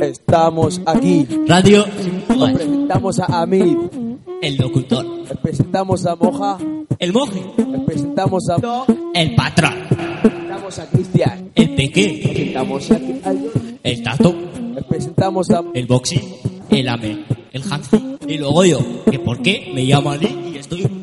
Estamos aquí. Radio Sin Presentamos a Amid. el locutor, Presentamos a Moja. el moje, Presentamos a. el patrón, Presentamos a Cristian. el peque, Presentamos a. el tato, Presentamos a. el boxing, el ame, el hansi y luego yo, que por qué me llamo Ali y estoy